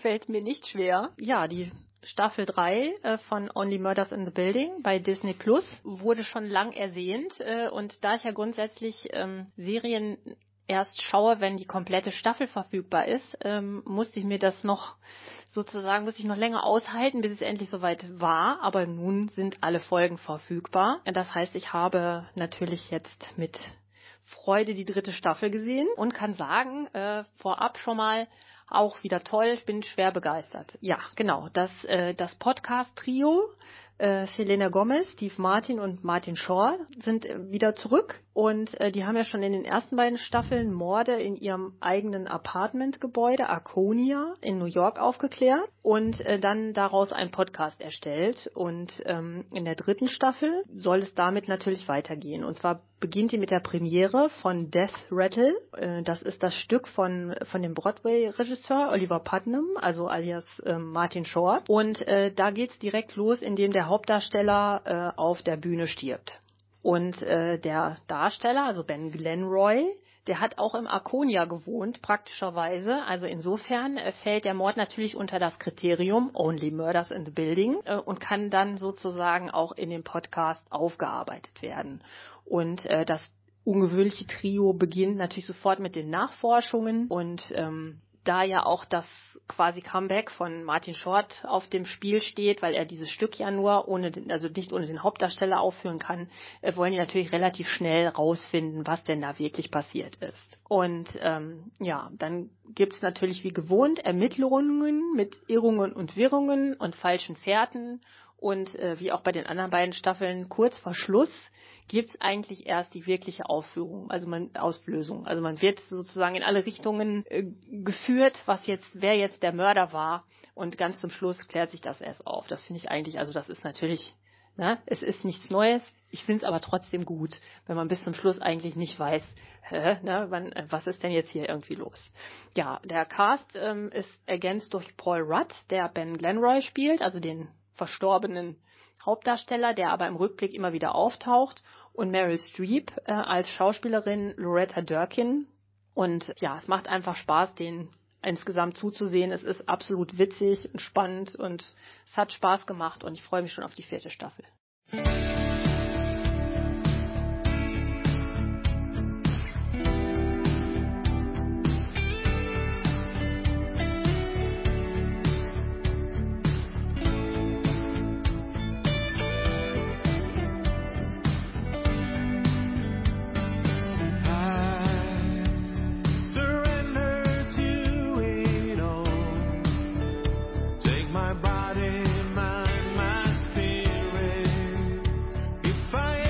S5: Fällt mir nicht schwer. Ja, die Staffel 3 äh, von Only Murders in the Building bei Disney Plus wurde schon lang ersehnt. äh, Und da ich ja grundsätzlich ähm, Serien erst schaue, wenn die komplette Staffel verfügbar ist, ähm, musste ich mir das noch sozusagen, musste ich noch länger aushalten, bis es endlich soweit war. Aber nun sind alle Folgen verfügbar. Das heißt, ich habe natürlich jetzt mit Freude die dritte Staffel gesehen und kann sagen, äh, vorab schon mal auch wieder toll, ich bin schwer begeistert. Ja, genau, das, äh, das Podcast-Trio, äh, Selena Gomez, Steve Martin und Martin Shaw sind äh, wieder zurück und äh, die haben ja schon in den ersten beiden Staffeln Morde in ihrem eigenen Apartmentgebäude Arconia in New York aufgeklärt und äh, dann daraus einen Podcast erstellt und ähm, in der dritten Staffel soll es damit natürlich weitergehen und zwar beginnt die mit der Premiere von Death Rattle. Äh, Das ist das Stück von, von dem Broadway-Regisseur Oliver Putnam, also alias äh, Martin Short. Und äh, da geht's direkt los, indem der Hauptdarsteller äh, auf der Bühne stirbt. Und äh, der Darsteller, also Ben Glenroy, der hat auch im Arconia gewohnt, praktischerweise. Also insofern äh, fällt der Mord natürlich unter das Kriterium Only Murders in the Building äh, und kann dann sozusagen auch in dem Podcast aufgearbeitet werden. Und äh, das ungewöhnliche Trio beginnt natürlich sofort mit den Nachforschungen und ähm, da ja auch das quasi Comeback von Martin Short auf dem Spiel steht, weil er dieses Stück ja nur ohne den, also nicht ohne den Hauptdarsteller aufführen kann, äh, wollen die natürlich relativ schnell rausfinden, was denn da wirklich passiert ist. Und ähm, ja, dann gibt's natürlich wie gewohnt Ermittlungen mit Irrungen und Wirrungen und falschen Fährten und äh, wie auch bei den anderen beiden Staffeln kurz vor Schluss gibt's eigentlich erst die wirkliche Aufführung, also man Auslösung. Also man wird sozusagen in alle Richtungen äh, geführt, was jetzt, wer jetzt der Mörder war. Und ganz zum Schluss klärt sich das erst auf. Das finde ich eigentlich, also das ist natürlich, ne, es ist nichts Neues. Ich finde es aber trotzdem gut, wenn man bis zum Schluss eigentlich nicht weiß, hä, ne, wann, äh, was ist denn jetzt hier irgendwie los. Ja, der Cast ähm, ist ergänzt durch Paul Rudd, der Ben Glenroy spielt, also den verstorbenen Hauptdarsteller, der aber im Rückblick immer wieder auftaucht, und Meryl Streep äh, als Schauspielerin Loretta Durkin. Und ja, es macht einfach Spaß, den insgesamt zuzusehen. Es ist absolut witzig und spannend und es hat Spaß gemacht und ich freue mich schon auf die vierte Staffel.
S4: Surrender to it all. Take my body, mind, my spirit. Oh,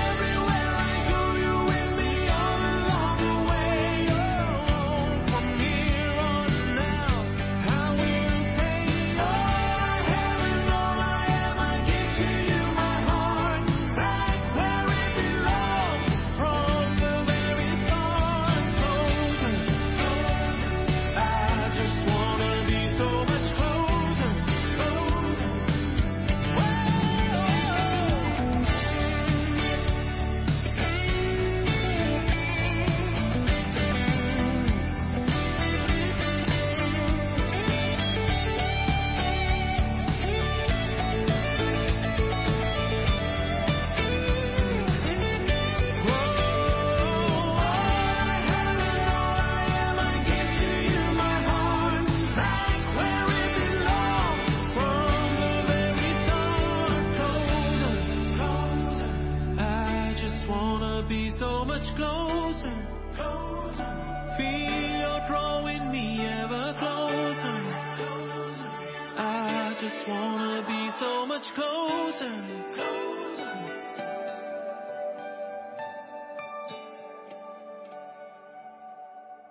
S4: Oh, Oh, Oh, Oh, much closer. Feel you're drawing me ever closer. I just wanna be so much closer.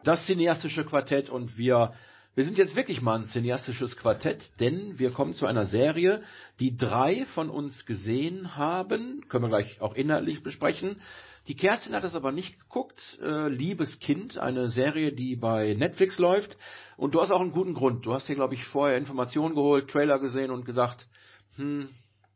S1: das cineastische Quartett und wir wir sind jetzt wirklich mal ein cineastisches Quartett, denn wir kommen zu einer Serie, die drei von uns gesehen haben, können wir gleich auch inhaltlich besprechen. Die Kerstin hat es aber nicht geguckt, äh, Liebes Kind, eine Serie, die bei Netflix läuft und du hast auch einen guten Grund. Du hast dir glaube ich vorher Informationen geholt, Trailer gesehen und gesagt, hm,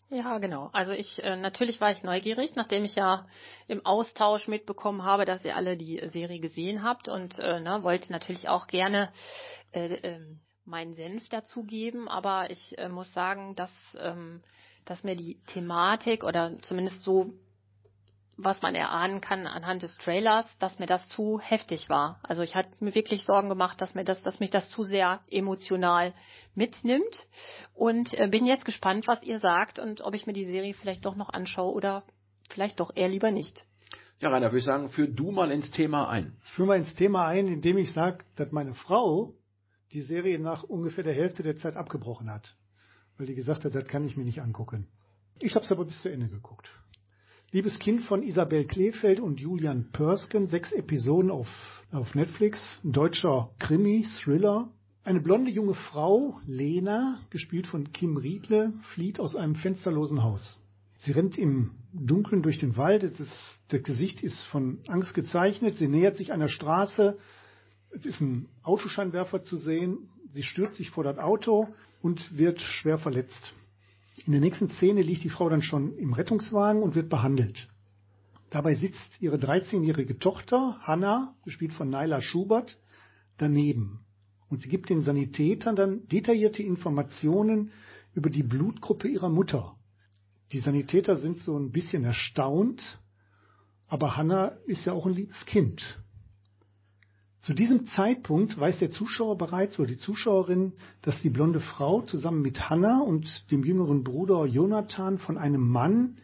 S5: Ja, genau. Also ich äh, natürlich war ich neugierig, nachdem ich ja im Austausch mitbekommen habe, dass ihr alle die Serie gesehen habt und äh, ne, wollte natürlich auch gerne äh, ähm, meinen Senf dazugeben, aber ich äh, muss sagen, dass, ähm, dass mir die Thematik oder zumindest so, was man erahnen kann anhand des Trailers, dass mir das zu heftig war. Also ich hatte mir wirklich Sorgen gemacht, dass mir das, dass mich das zu sehr emotional mitnimmt und äh, bin jetzt gespannt, was ihr sagt und ob ich mir die Serie vielleicht doch noch anschaue oder vielleicht doch eher lieber nicht.
S1: ja Rainer, würde ich sagen, führ du mal ins Thema ein.
S3: Ich führe mal ins Thema ein, indem ich sage, dass meine Frau die Serie nach ungefähr der Hälfte der Zeit abgebrochen hat. Weil die gesagt hat, das kann ich mir nicht angucken. Ich habe es aber bis zu Ende geguckt. Liebes Kind von Isabel Kleefeld und Julian Persken, sechs Episoden auf, auf Netflix, ein deutscher Krimi, Thriller. Eine blonde junge Frau, Lena, gespielt von Kim Riedle, flieht aus einem fensterlosen Haus. Sie rennt im Dunkeln durch den Wald, das, ist, das Gesicht ist von Angst gezeichnet, sie nähert sich einer Straße, es ist ein Autoscheinwerfer zu sehen, sie stürzt sich vor das Auto und wird schwer verletzt. In der nächsten Szene liegt die Frau dann schon im Rettungswagen und wird behandelt. Dabei sitzt ihre 13-jährige Tochter, Hannah, gespielt von Naila Schubert, daneben. Und sie gibt den Sanitätern dann detaillierte Informationen über die Blutgruppe ihrer Mutter. Die Sanitäter sind so ein bisschen erstaunt, aber Hannah ist ja auch ein liebes Kind. Zu diesem Zeitpunkt weiß der Zuschauer bereits oder die Zuschauerin, dass die blonde Frau zusammen mit Hannah und dem jüngeren Bruder Jonathan von einem Mann,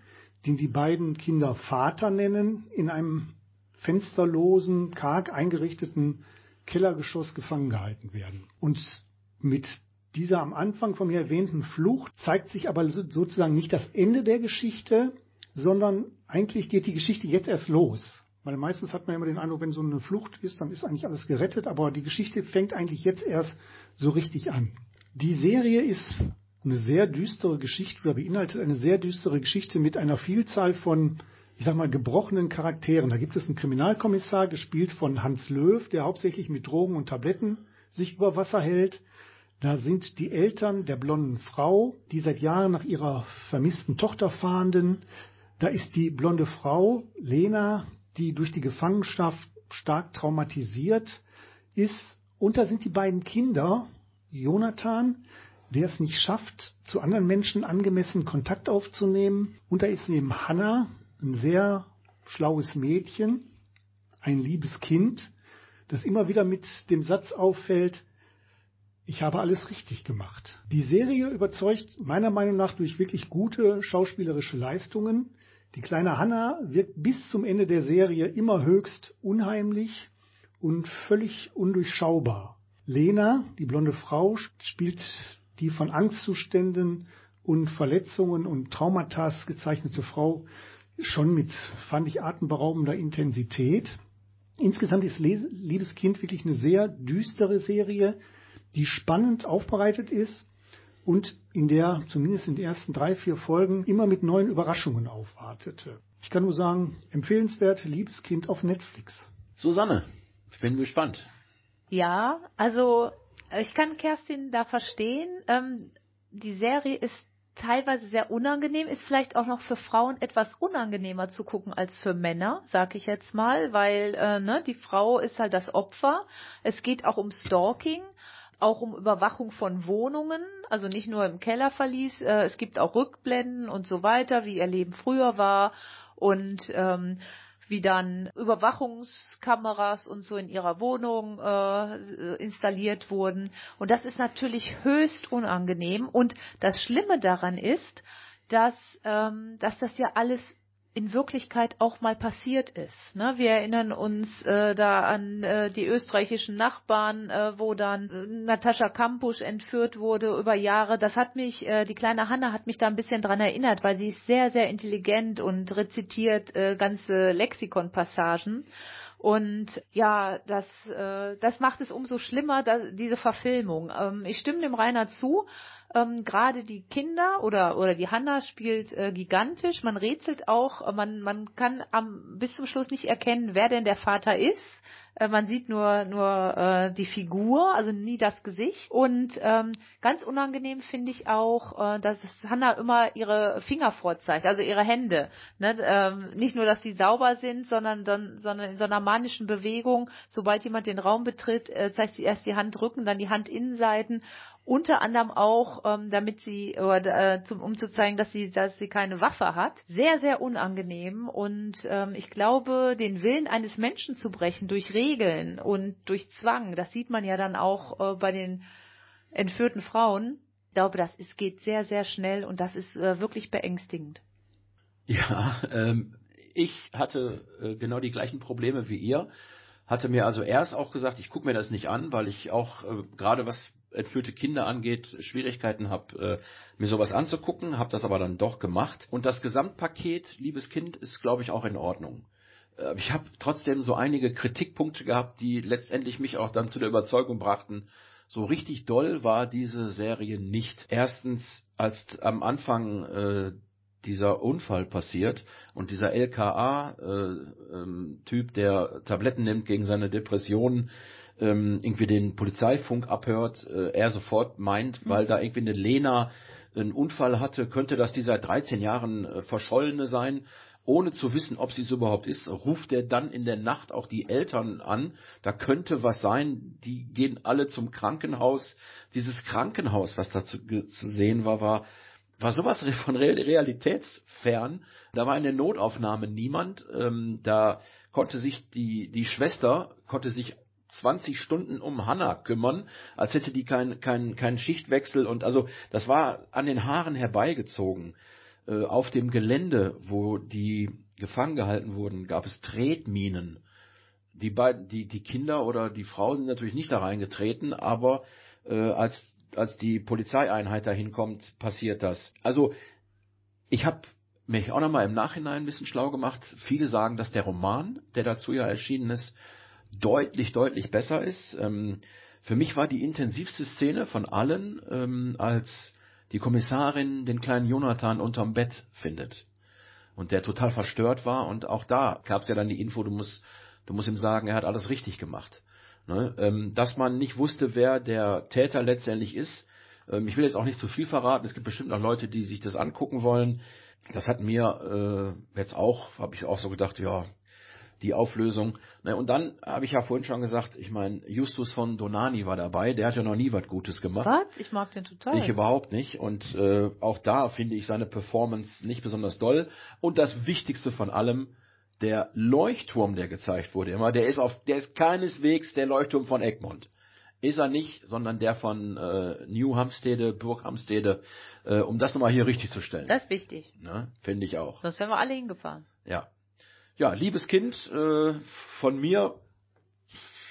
S3: den die beiden Kinder Vater nennen, in einem fensterlosen, karg eingerichteten Kellergeschoss gefangen gehalten werden. Und mit dieser am Anfang von mir erwähnten Flucht zeigt sich aber so- sozusagen nicht das Ende der Geschichte, sondern eigentlich geht die Geschichte jetzt erst los. Weil meistens hat man immer den Eindruck, wenn so eine Flucht ist, dann ist eigentlich alles gerettet, aber die Geschichte fängt eigentlich jetzt erst so richtig an. Die Serie ist eine sehr düstere Geschichte oder beinhaltet eine sehr düstere Geschichte mit einer Vielzahl von, ich sag mal, gebrochenen Charakteren. Da gibt es einen Kriminalkommissar, gespielt von Hans Löw, der hauptsächlich mit Drogen und Tabletten sich über Wasser hält. Da sind die Eltern der blonden Frau, die seit Jahren nach ihrer vermissten Tochter fahnden. Da ist die blonde Frau, Lena, die durch die Gefangenschaft stark traumatisiert ist. Und da sind die beiden Kinder, Jonathan, der es nicht schafft, zu anderen Menschen angemessen Kontakt aufzunehmen. Und da ist neben Hannah ein sehr schlaues Mädchen, ein liebes Kind, das immer wieder mit dem Satz auffällt, ich habe alles richtig gemacht. Die Serie überzeugt meiner Meinung nach durch wirklich gute schauspielerische Leistungen. Die kleine Hannah wirkt bis zum Ende der Serie immer höchst unheimlich und völlig undurchschaubar. Lena, die blonde Frau, sp- spielt die von Angstzuständen und Verletzungen und Traumata gezeichnete Frau schon mit, fand ich, atemberaubender Intensität. Insgesamt ist Les Liebes Kind wirklich eine sehr düstere Serie, die spannend aufbereitet ist und in der zumindest in den ersten drei, vier Folgen immer mit neuen Überraschungen aufwartete. Ich kann nur sagen, empfehlenswert, Liebes Kind auf Netflix.
S1: Susanne, ich bin gespannt.
S2: Ja, also äh, ich kann Kerstin da verstehen. Ähm, die Serie ist teilweise sehr unangenehm, ist vielleicht auch noch für Frauen etwas unangenehmer zu gucken als für Männer, sag ich jetzt mal, weil äh, ne, die Frau ist halt das Opfer. Es geht auch um Stalking, auch um Überwachung von Wohnungen, also nicht nur im Kellerverlies. Äh, es gibt auch Rückblenden und so weiter, wie ihr Leben früher war und ähm, wie dann Überwachungskameras und so in ihrer Wohnung äh, installiert wurden. Und das ist natürlich höchst unangenehm. Und das Schlimme daran ist, dass, ähm, dass das ja alles in Wirklichkeit auch mal passiert ist. Ne? Wir erinnern uns äh, da an äh, die österreichischen Nachbarn, äh, wo dann äh, Natascha Kampusch entführt wurde über Jahre. Das hat mich, äh, die kleine Hanna hat mich da ein bisschen dran erinnert, weil sie ist sehr, sehr intelligent und rezitiert äh, ganze Lexikonpassagen. Und ja, das, äh, das macht es umso schlimmer, da, diese Verfilmung. Ähm, ich stimme dem Rainer zu. Ähm, Gerade die Kinder oder, oder die Hanna spielt äh, gigantisch. Man rätselt auch. äh, Man, man kann am, bis zum Schluss nicht erkennen, wer denn der Vater ist. Äh, Man sieht nur nur äh, die Figur, also nie das Gesicht. Und ähm, ganz unangenehm finde ich auch, äh, dass Hanna immer ihre Finger vorzeigt, also ihre Hände. Ne? Ähm, nicht nur, dass die sauber sind, sondern, don, sondern in so einer manischen Bewegung, sobald jemand den Raum betritt, äh, zeigt sie erst die Handrücken, dann die Handinnenseiten. Unter anderem auch, ähm, damit sie, oder, äh, zum, um zu zeigen, dass sie, dass sie keine Waffe hat. Sehr, sehr unangenehm. Und ähm, ich glaube, den Willen eines Menschen zu brechen durch Regeln und durch Zwang, das sieht man ja dann auch äh, bei den entführten Frauen. Ich glaube, das ist, geht sehr, sehr schnell und das ist äh, wirklich beängstigend.
S1: Ja, ähm, ich hatte äh, genau die gleichen Probleme wie ihr. Hatte mir also erst auch gesagt, ich gucke mir das nicht an, weil ich auch äh, gerade was entführte Kinder angeht, Schwierigkeiten habe, äh, mir sowas anzugucken, habe das aber dann doch gemacht. Und das Gesamtpaket, liebes Kind, ist, glaube ich, auch in Ordnung. Äh, ich habe trotzdem so einige Kritikpunkte gehabt, die letztendlich mich auch dann zu der Überzeugung brachten, so richtig doll war diese Serie nicht. Erstens, als am Anfang äh, dieser Unfall passiert und dieser LKA-Typ, äh, ähm, der Tabletten nimmt gegen seine Depressionen, ähm, irgendwie den Polizeifunk abhört, äh, er sofort meint, weil da irgendwie eine Lena einen Unfall hatte, könnte das die seit 13 Jahren äh, verschollene sein. Ohne zu wissen, ob sie es überhaupt ist, ruft er dann in der Nacht auch die Eltern an. Da könnte was sein. Die gehen alle zum Krankenhaus. Dieses Krankenhaus, was da zu, ge- zu sehen war, war war sowas re- von Real- realitätsfern. Da war in der Notaufnahme niemand. Ähm, da konnte sich die, die Schwester, konnte sich 20 Stunden um Hannah kümmern, als hätte die keinen kein, kein Schichtwechsel. Und also das war an den Haaren herbeigezogen. Äh, auf dem Gelände, wo die gefangen gehalten wurden, gab es Tretminen die beiden, die, die Kinder oder die Frau sind natürlich nicht da reingetreten, aber äh, als, als die Polizeieinheit da hinkommt, passiert das. Also ich habe mich auch nochmal im Nachhinein ein bisschen schlau gemacht. Viele sagen, dass der Roman, der dazu ja erschienen ist, deutlich, deutlich besser ist. Ähm, für mich war die intensivste Szene von allen, ähm, als die Kommissarin den kleinen Jonathan unterm Bett findet und der total verstört war. Und auch da gab es ja dann die Info, du musst, du musst ihm sagen, er hat alles richtig gemacht. Ne? Ähm, dass man nicht wusste, wer der Täter letztendlich ist. Ähm, ich will jetzt auch nicht zu viel verraten. Es gibt bestimmt noch Leute, die sich das angucken wollen. Das hat mir äh, jetzt auch, habe ich auch so gedacht, ja, die Auflösung. Ne? Und dann habe ich ja vorhin schon gesagt, ich meine, Justus von Donani war dabei. Der hat ja noch nie was Gutes gemacht.
S2: Was? Ich mag den total.
S1: Ich überhaupt nicht. Und äh, auch da finde ich seine Performance nicht besonders doll. Und das Wichtigste von allem, der Leuchtturm, der gezeigt wurde immer, der ist auf, der ist keineswegs der Leuchtturm von Egmont. Ist er nicht, sondern der von äh, New Hampstede, Burg Hampstede, äh, um das nochmal hier richtig zu stellen.
S2: das ist wichtig.
S1: Ne? Finde ich auch.
S2: Sonst wären wir alle hingefahren.
S1: Ja. Ja, liebes Kind, äh, von mir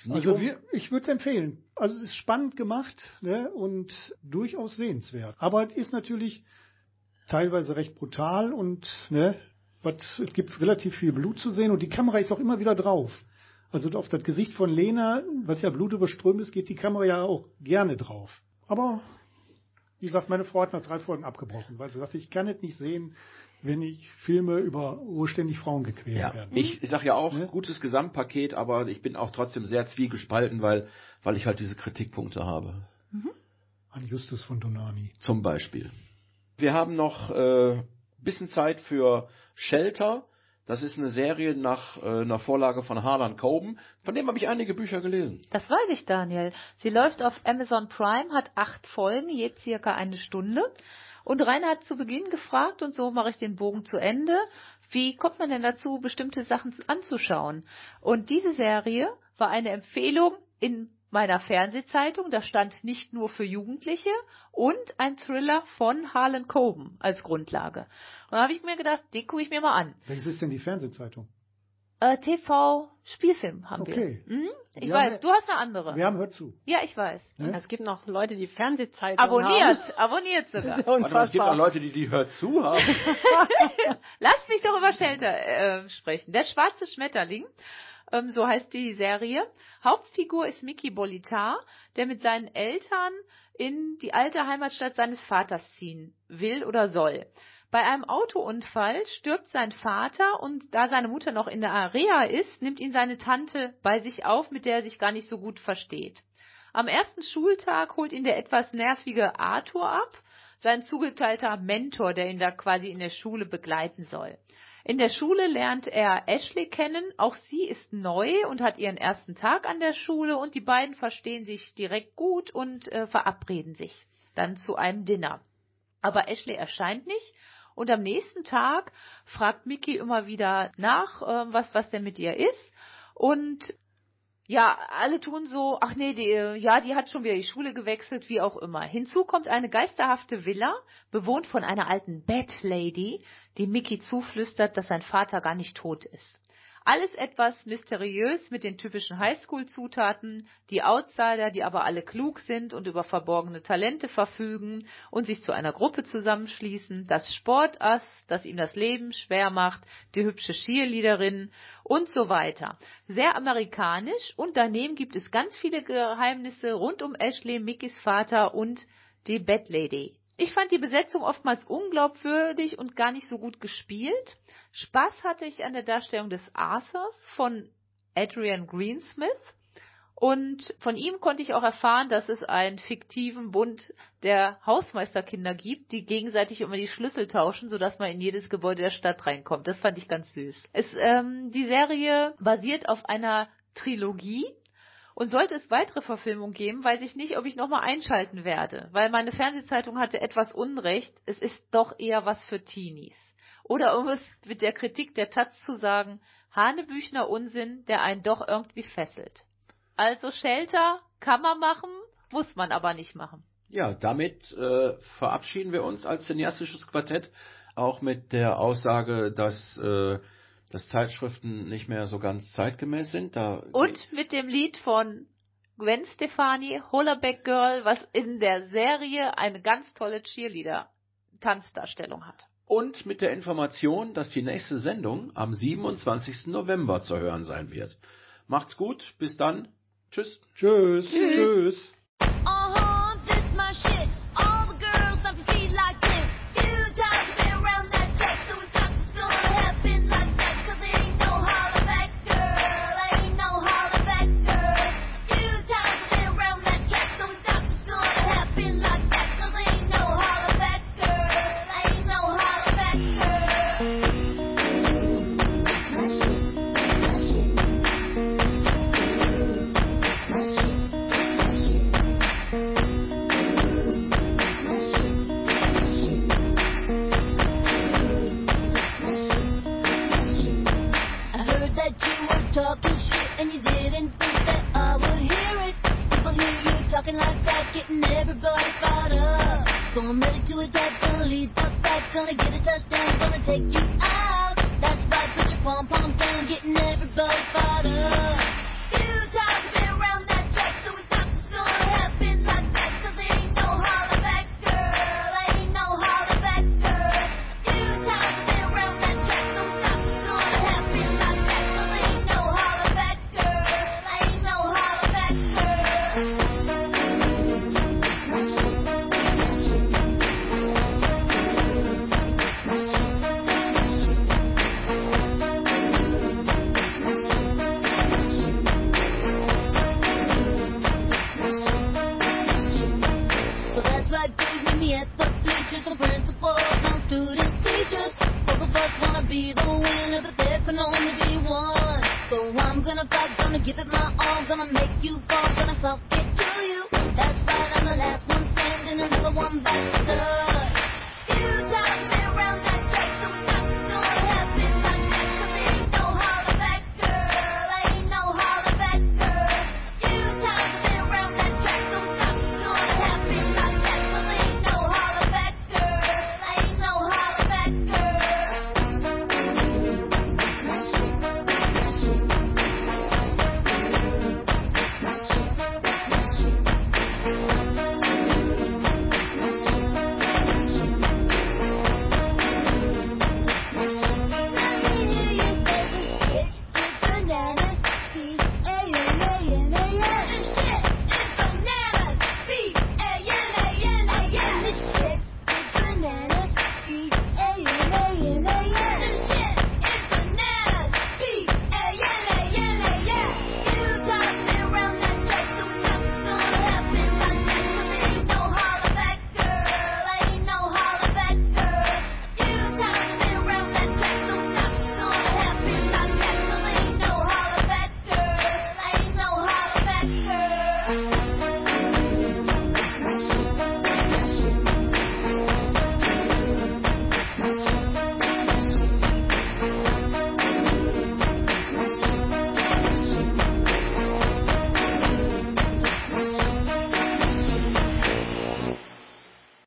S1: nicht
S3: Also
S1: um-
S3: wir, ich würde es empfehlen. Also es ist spannend gemacht ne, und durchaus sehenswert. Aber es ist natürlich teilweise recht brutal und ne, wat, es gibt relativ viel Blut zu sehen und die Kamera ist auch immer wieder drauf. Also auf das Gesicht von Lena, was ja Blut überströmt ist, geht die Kamera ja auch gerne drauf. Aber wie gesagt, meine Frau hat nach drei Folgen abgebrochen, weil sie sagte, ich kann es nicht sehen, wenn ich Filme über wo ständig Frauen gequält
S1: Ja,
S3: werden.
S1: ich, ich sag ja auch,
S3: Ne?
S1: gutes Gesamtpaket, aber ich bin auch trotzdem sehr zwiegespalten, weil, weil ich halt diese Kritikpunkte habe.
S3: An Justus von Donani.
S1: Zum Beispiel. Wir haben noch äh, bisschen Zeit für Shelter. Das ist eine Serie nach äh, einer Vorlage von Harlan Coben. Von dem habe ich einige Bücher gelesen.
S2: Das weiß ich, Daniel. Sie läuft auf Amazon Prime, hat acht Folgen, je circa eine Stunde. Und Rainer hat zu Beginn gefragt, und so mache ich den Bogen zu Ende, wie kommt man denn dazu, bestimmte Sachen zu- anzuschauen? Und diese Serie war eine Empfehlung in meiner Fernsehzeitung, da stand nicht nur für Jugendliche und ein Thriller von Harlan Coben als Grundlage. Und da habe ich mir gedacht, den gucke ich mir mal an.
S3: Welches ist denn die Fernsehzeitung?
S2: Äh, TV Spielfilm haben
S3: Okay.
S2: wir. Mhm, ich
S3: Wir
S2: weiß,
S3: haben-
S2: du hast eine andere.
S3: Wir haben hört zu.
S2: Ja, ich weiß.
S1: Hm?
S3: Ne?
S5: Es gibt noch Leute, die Fernsehzeitungen haben.
S2: Abonniert, abonniert sogar.
S1: Warte mal, es gibt auch
S5: Unfassbar.
S1: Leute, die die hört zu haben.
S2: Lass mich doch über Shelter äh, sprechen. Der schwarze Schmetterling, ähm, so heißt die Serie. Hauptfigur ist Mickey Bolitar, der mit seinen Eltern in die alte Heimatstadt seines Vaters ziehen will oder soll. Bei einem Autounfall stirbt sein Vater und da seine Mutter noch in der Area ist, nimmt ihn seine Tante bei sich auf, mit der er sich gar nicht so gut versteht. Am ersten Schultag holt ihn der etwas nervige Arthur ab, sein zugeteilter Mentor, der ihn da quasi in der Schule begleiten soll. In der Schule lernt er Ashley kennen, auch sie ist neu und hat ihren ersten Tag an der Schule und die beiden verstehen sich direkt gut und äh, verabreden sich dann zu einem Dinner. Aber Ashley erscheint nicht und am nächsten Tag fragt Mickey immer wieder nach, äh, was, was denn mit ihr ist und ja, alle tun so, ach nee, die, äh, ja, die hat schon wieder die Schule gewechselt, wie auch immer. Hinzu kommt eine geisterhafte Villa, bewohnt von einer alten Bat-Lady, die Mickey zuflüstert, dass sein Vater gar nicht tot ist. Alles etwas mysteriös mit den typischen Highschool-Zutaten, die Outsider, die aber alle klug sind und über verborgene Talente verfügen und sich zu einer Gruppe zusammenschließen, das Sportass, das ihm das Leben schwer macht, die hübsche Cheerleaderin und so weiter. Sehr amerikanisch und daneben gibt es ganz viele Geheimnisse rund um Ashley, Mickeys Vater und die Bad Lady. Ich fand die Besetzung oftmals unglaubwürdig und gar nicht so gut gespielt. Spaß hatte ich an der Darstellung des Arthurs von Adrian Greensmith. Und von ihm konnte ich auch erfahren, dass es einen fiktiven Bund der Hausmeisterkinder gibt, die gegenseitig immer die Schlüssel tauschen, sodass man in jedes Gebäude der Stadt reinkommt. Das fand ich ganz süß. Es, ähm, die Serie basiert auf einer Trilogie und sollte es weitere Verfilmung geben, weiß ich nicht, ob ich nochmal einschalten werde, weil meine Fernsehzeitung hatte etwas Unrecht. Es ist doch eher was für Teenies. Oder um es mit der Kritik der Taz zu sagen, Hanebüchner Unsinn, der einen doch irgendwie fesselt. Also Shelter kann man machen, muss man aber nicht machen.
S1: Ja, damit äh, verabschieden wir uns als cineastisches Quartett auch mit der Aussage, dass, äh, dass Zeitschriften nicht mehr so ganz zeitgemäß sind. Da
S2: Und mit dem Lied von Gwen Stefani, Hollaback Girl, was in der Serie eine ganz tolle Cheerleader-Tanzdarstellung hat.
S1: Und mit der Information, dass die nächste Sendung am 27. November zu hören sein wird. Macht's gut, bis dann. Tschüss.
S3: Tschüss.
S2: Tschüss.
S3: Tschüss.
S7: Uh-huh, this my shit. All the girls on me like this. Few times been around that jack, so it's not just gonna happen like that. Cause there ain't no holler back, girl. Ain't no holler back, girl. Few times been around that jack, so it's not just gonna happen like that. Cause there ain't no holler back, girl. Ain't no holler back, girl. My shit, my shit. My shit, my shit. I heard that you were talking shit and you didn't think that I would hear it. People hear you talking like that, getting everybody fired up. So I'm ready to attack, gonna lead the fight, gonna get a touchdown, gonna take you out. That's right, put your pom poms down, getting everybody fired up. Few times I've been around that track, so it's not just gonna happen like that. 'Cause there ain't no holler back, girl. Ain't no holler back, girl. Few times I've been around that track, so it's not just gonna happen like that. 'Cause there ain't no holler back, girl. Ain't no holler back, girl. So that's why girls meet me at the bleachers. The principals and student teachers. Both of us wanna be the winner, but there can only be one. So I'm gonna fight, gonna give it my all, gonna make you fall, gonna suck it to you. That's right, I'm the last one standing, another one bites the dust.